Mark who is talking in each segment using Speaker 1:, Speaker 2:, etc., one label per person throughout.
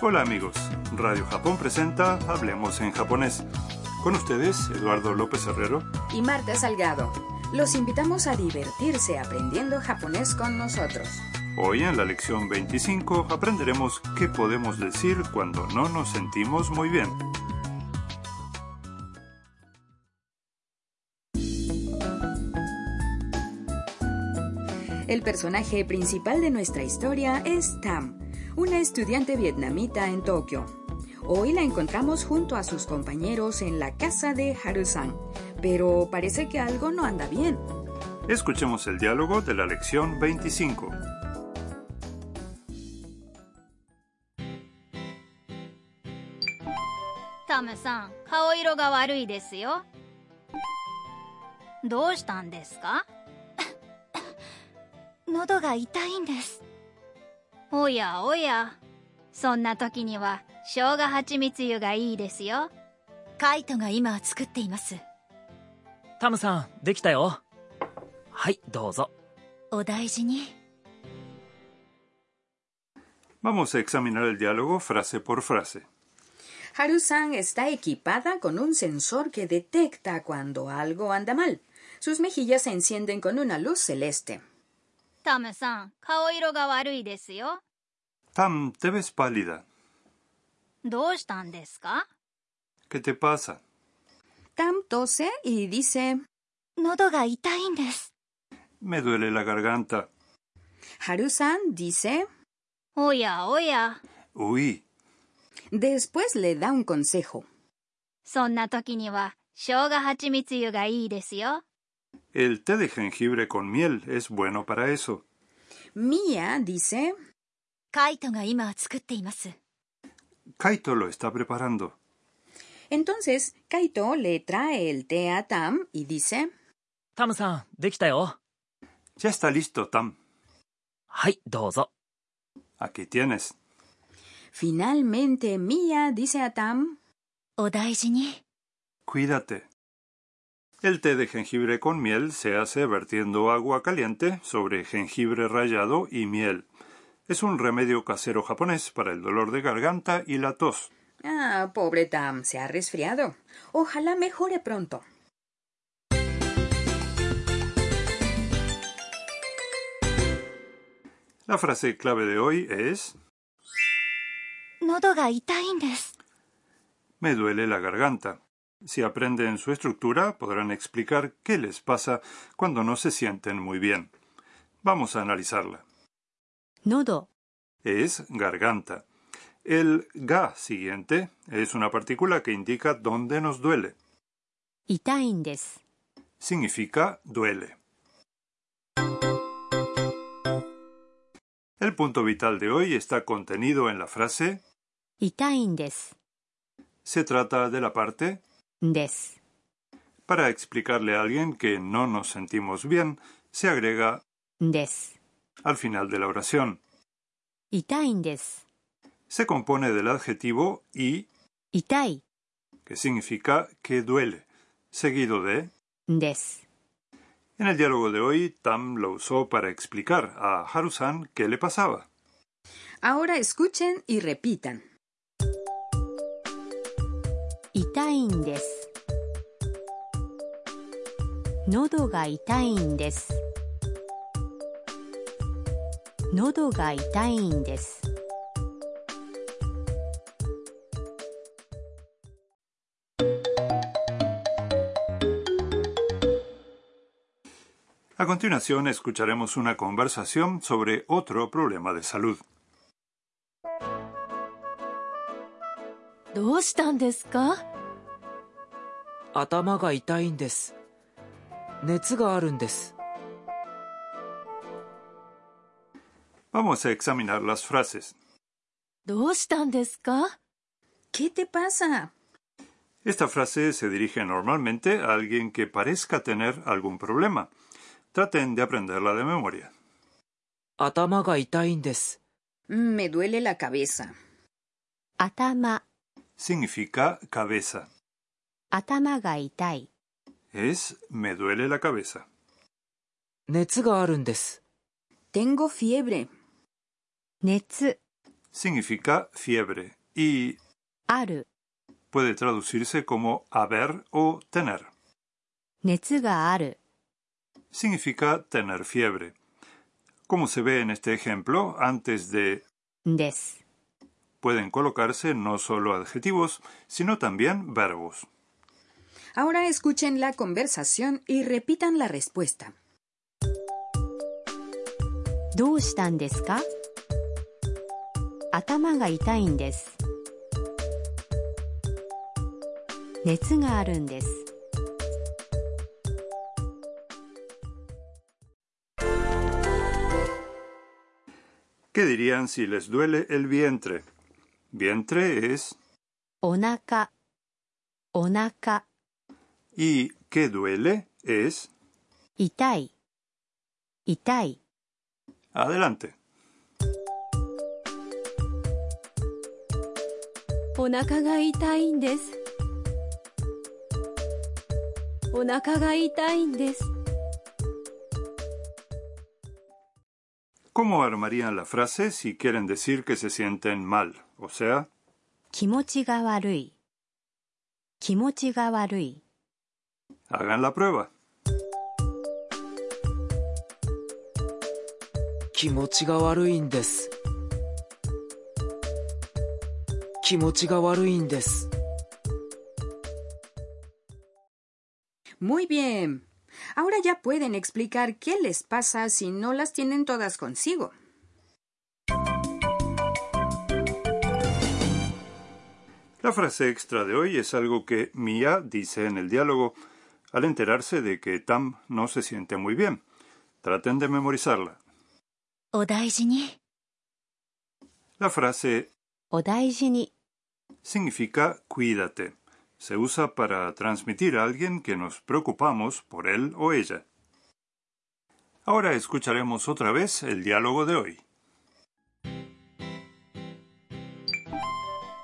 Speaker 1: Hola amigos, Radio Japón presenta Hablemos en japonés. Con ustedes, Eduardo López Herrero.
Speaker 2: y Marta Salgado. Los invitamos a divertirse aprendiendo japonés con nosotros.
Speaker 1: Hoy en la lección 25 aprenderemos qué podemos decir cuando no nos sentimos muy bien.
Speaker 2: El personaje principal de nuestra historia es Tam, una estudiante vietnamita en Tokio. Hoy la encontramos junto a sus compañeros en la casa de Harusan, pero parece que algo no anda bien.
Speaker 1: Escuchemos el diálogo de la lección 25.
Speaker 3: タムさん顔色が悪いですよどうしたんですか
Speaker 4: 喉が痛いんです
Speaker 3: おやおやそんな時には生姜蜂蜜湯がいいですよ
Speaker 4: カイトが今作っています
Speaker 5: タムさんできたよはいどうぞ
Speaker 4: お大事に
Speaker 1: Vamos a examinar el diálogo frase por frase.
Speaker 2: Harusan está equipada con un sensor que detecta cuando algo anda mal. Sus mejillas se encienden con una luz celeste.
Speaker 3: タムさん顔色が悪いですよ
Speaker 1: Tam, te ves pálida.
Speaker 3: どうしたんですか
Speaker 1: ¿Qué te pasa?
Speaker 2: Tam tose y dice:
Speaker 4: 喉が痛いんです
Speaker 1: Me duele la garganta.
Speaker 2: Harusan dice.
Speaker 3: おやおや
Speaker 1: Uy,
Speaker 2: Después le da un consejo.
Speaker 3: そんな時には生姜蜂蜜湯がいいですよ
Speaker 1: el té de jengibre con miel es bueno para eso.
Speaker 2: Mia dice,
Speaker 4: カイトが今作っています
Speaker 1: Kaito lo está preparando.
Speaker 2: entonces Kaito le trae el té a Tam y dice,
Speaker 5: タムさんできたよ
Speaker 1: Ya está listo, Tam.
Speaker 5: はいどうぞ
Speaker 1: Aquí tienes.
Speaker 2: finalmente Mia dice a Tam,
Speaker 4: お大事に
Speaker 1: Cuídate. El té de jengibre con miel se hace vertiendo agua caliente sobre jengibre rallado y miel. Es un remedio casero japonés para el dolor de garganta y la tos.
Speaker 2: ah, pobre Tam, se ha resfriado. Ojalá mejore pronto.
Speaker 1: La frase clave de hoy es
Speaker 4: 喉が痛いんです
Speaker 1: me duele la garganta. Si aprenden su estructura, podrán explicar qué les pasa cuando no se sienten muy bien. Vamos a analizarla.
Speaker 4: 喉
Speaker 1: es garganta. El ga siguiente es una partícula que indica dónde nos duele.
Speaker 4: 痛いんです
Speaker 1: Significa duele. El punto vital de hoy está contenido en la frase
Speaker 4: 痛いんです
Speaker 1: se trata de la parte
Speaker 4: です
Speaker 1: para explicarle a alguien que no nos sentimos bien, se agrega
Speaker 4: です
Speaker 1: al final de la oración.
Speaker 4: 痛いんです
Speaker 1: Se compone del adjetivo y,
Speaker 4: 痛い
Speaker 1: que significa que duele, seguido de
Speaker 4: んです
Speaker 1: En el diálogo de hoy, Tam lo usó para explicar a Harusan qué le pasaba.
Speaker 2: Ahora escuchen y repitan.
Speaker 4: 痛いんです喉が痛いんです喉が痛いんです
Speaker 1: A continuación, escucharemos una conversación sobre otro problema de salud.
Speaker 4: どうしたんですか
Speaker 6: 頭が痛いんです熱があるんです
Speaker 1: Vamos a examinar las frases.
Speaker 4: どうしたんですか
Speaker 2: ¿Qué te pasa?
Speaker 1: Esta frase se dirige normalmente a alguien que parezca tener algún problema. Traten de aprenderla de memoria.
Speaker 6: 頭が痛いんです
Speaker 2: Me duele la cabeza.
Speaker 4: 頭
Speaker 1: Significa cabeza.
Speaker 4: 頭が痛い
Speaker 1: Es me duele la cabeza.
Speaker 6: 熱があるんです
Speaker 2: Tengo fiebre.
Speaker 4: 熱
Speaker 1: Significa significa fiebre y
Speaker 4: ある、
Speaker 1: puede traducirse como haber o tener.
Speaker 4: 熱がある、
Speaker 1: Significa tener fiebre. Como se ve en este ejemplo, antes de
Speaker 4: んです。
Speaker 1: pueden colocarse no solo adjetivos, sino también verbos.
Speaker 2: Ahora escuchen la conversación y repitan la respuesta.
Speaker 4: どうしたんですか頭が痛いんです。熱があるんです。
Speaker 1: ¿Qué dirían si les duele el vientre? Vientre es
Speaker 4: お腹、お腹、
Speaker 1: y ¿qué duele? es
Speaker 4: 痛い、痛い、
Speaker 1: adelante.
Speaker 4: お腹が痛いんです。お腹が痛いんです。
Speaker 1: ¿Cómo armarían la frase si quieren decir que se sienten mal? O sea,
Speaker 4: 気持ちが悪い。気持ちが悪い。
Speaker 1: hagan la prueba.
Speaker 6: 気持ちが悪いんです気持ちが悪いんです
Speaker 2: Muy bien. Ahora ya pueden explicar qué les pasa si no las tienen todas consigo.
Speaker 1: La frase extra de hoy es algo que Mia dice en el diálogo al enterarse de que Tam no se siente muy bien. Traten de memorizarla.
Speaker 3: お大事に
Speaker 1: La frase
Speaker 4: お大事に。
Speaker 1: significa cuídate. Se usa para transmitir a alguien que nos preocupamos por él o ella. Ahora escucharemos otra vez el diálogo de hoy.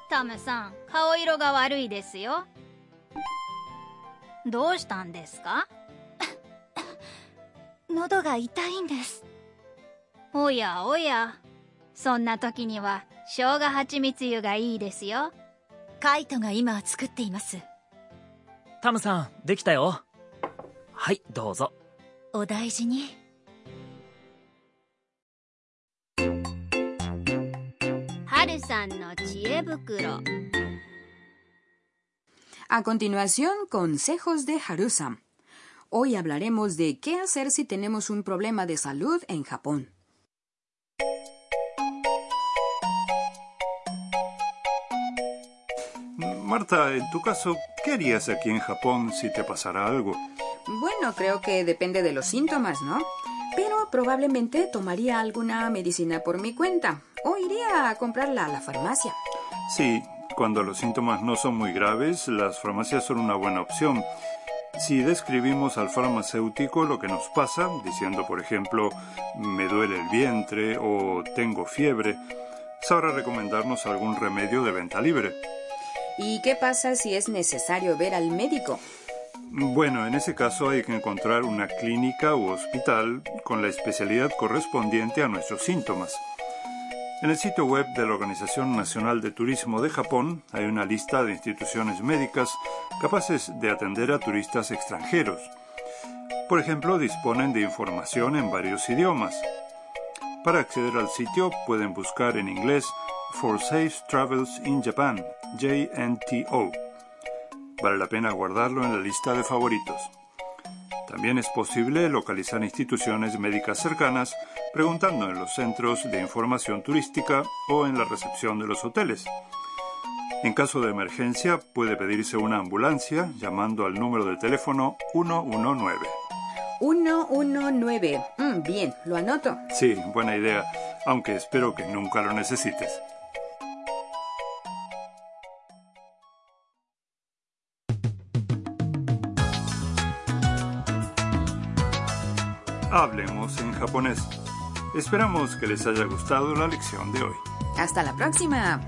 Speaker 3: タムさん顔色が悪いですよどうしたんです か喉が痛いんですおやおやそんな時には生姜蜂蜜湯がいいですよカイトが今作っています
Speaker 5: タムさん、できたよ。はい、どうぞ。
Speaker 3: お大事に春さんの知恵袋
Speaker 2: A continuación, consejos de Harusan. Hoy hablaremos de qué hacer si tenemos un problema de salud en Japón.
Speaker 1: Marta, en tu caso, ¿qué harías aquí en Japón si te pasara algo?
Speaker 2: Bueno, creo que depende de los síntomas, ¿no? Pero probablemente tomaría alguna medicina por mi cuenta o iría a comprarla a la farmacia.
Speaker 1: Sí, cuando los síntomas no son muy graves, las farmacias son una buena opción. Si describimos al farmacéutico lo que nos pasa, diciendo por ejemplo, me duele el vientre o tengo fiebre, sabrá recomendarnos algún remedio de venta libre.
Speaker 2: ¿Y qué pasa si es necesario ver al médico?
Speaker 1: Bueno, en ese caso hay que encontrar una clínica u hospital con la especialidad correspondiente a nuestros síntomas. En el sitio web de la Organización Nacional de Turismo de Japón hay una lista de instituciones médicas capaces de atender a turistas extranjeros. Por ejemplo, disponen de información en varios idiomas. Para acceder al sitio pueden buscar en inglés For Safe Travels in Japan, JNTO. Vale la pena guardarlo en la lista de favoritos. También es posible localizar instituciones médicas cercanas preguntando en los centros de información turística o en la recepción de los hoteles. En caso de emergencia puede pedirse una ambulancia llamando al número de teléfono 119.
Speaker 2: 119. Mm, bien, lo anoto.
Speaker 1: Sí, buena idea, aunque espero que nunca lo necesites. Hablemos en japonés. Esperamos que les haya gustado la lección de hoy.
Speaker 2: Hasta la próxima.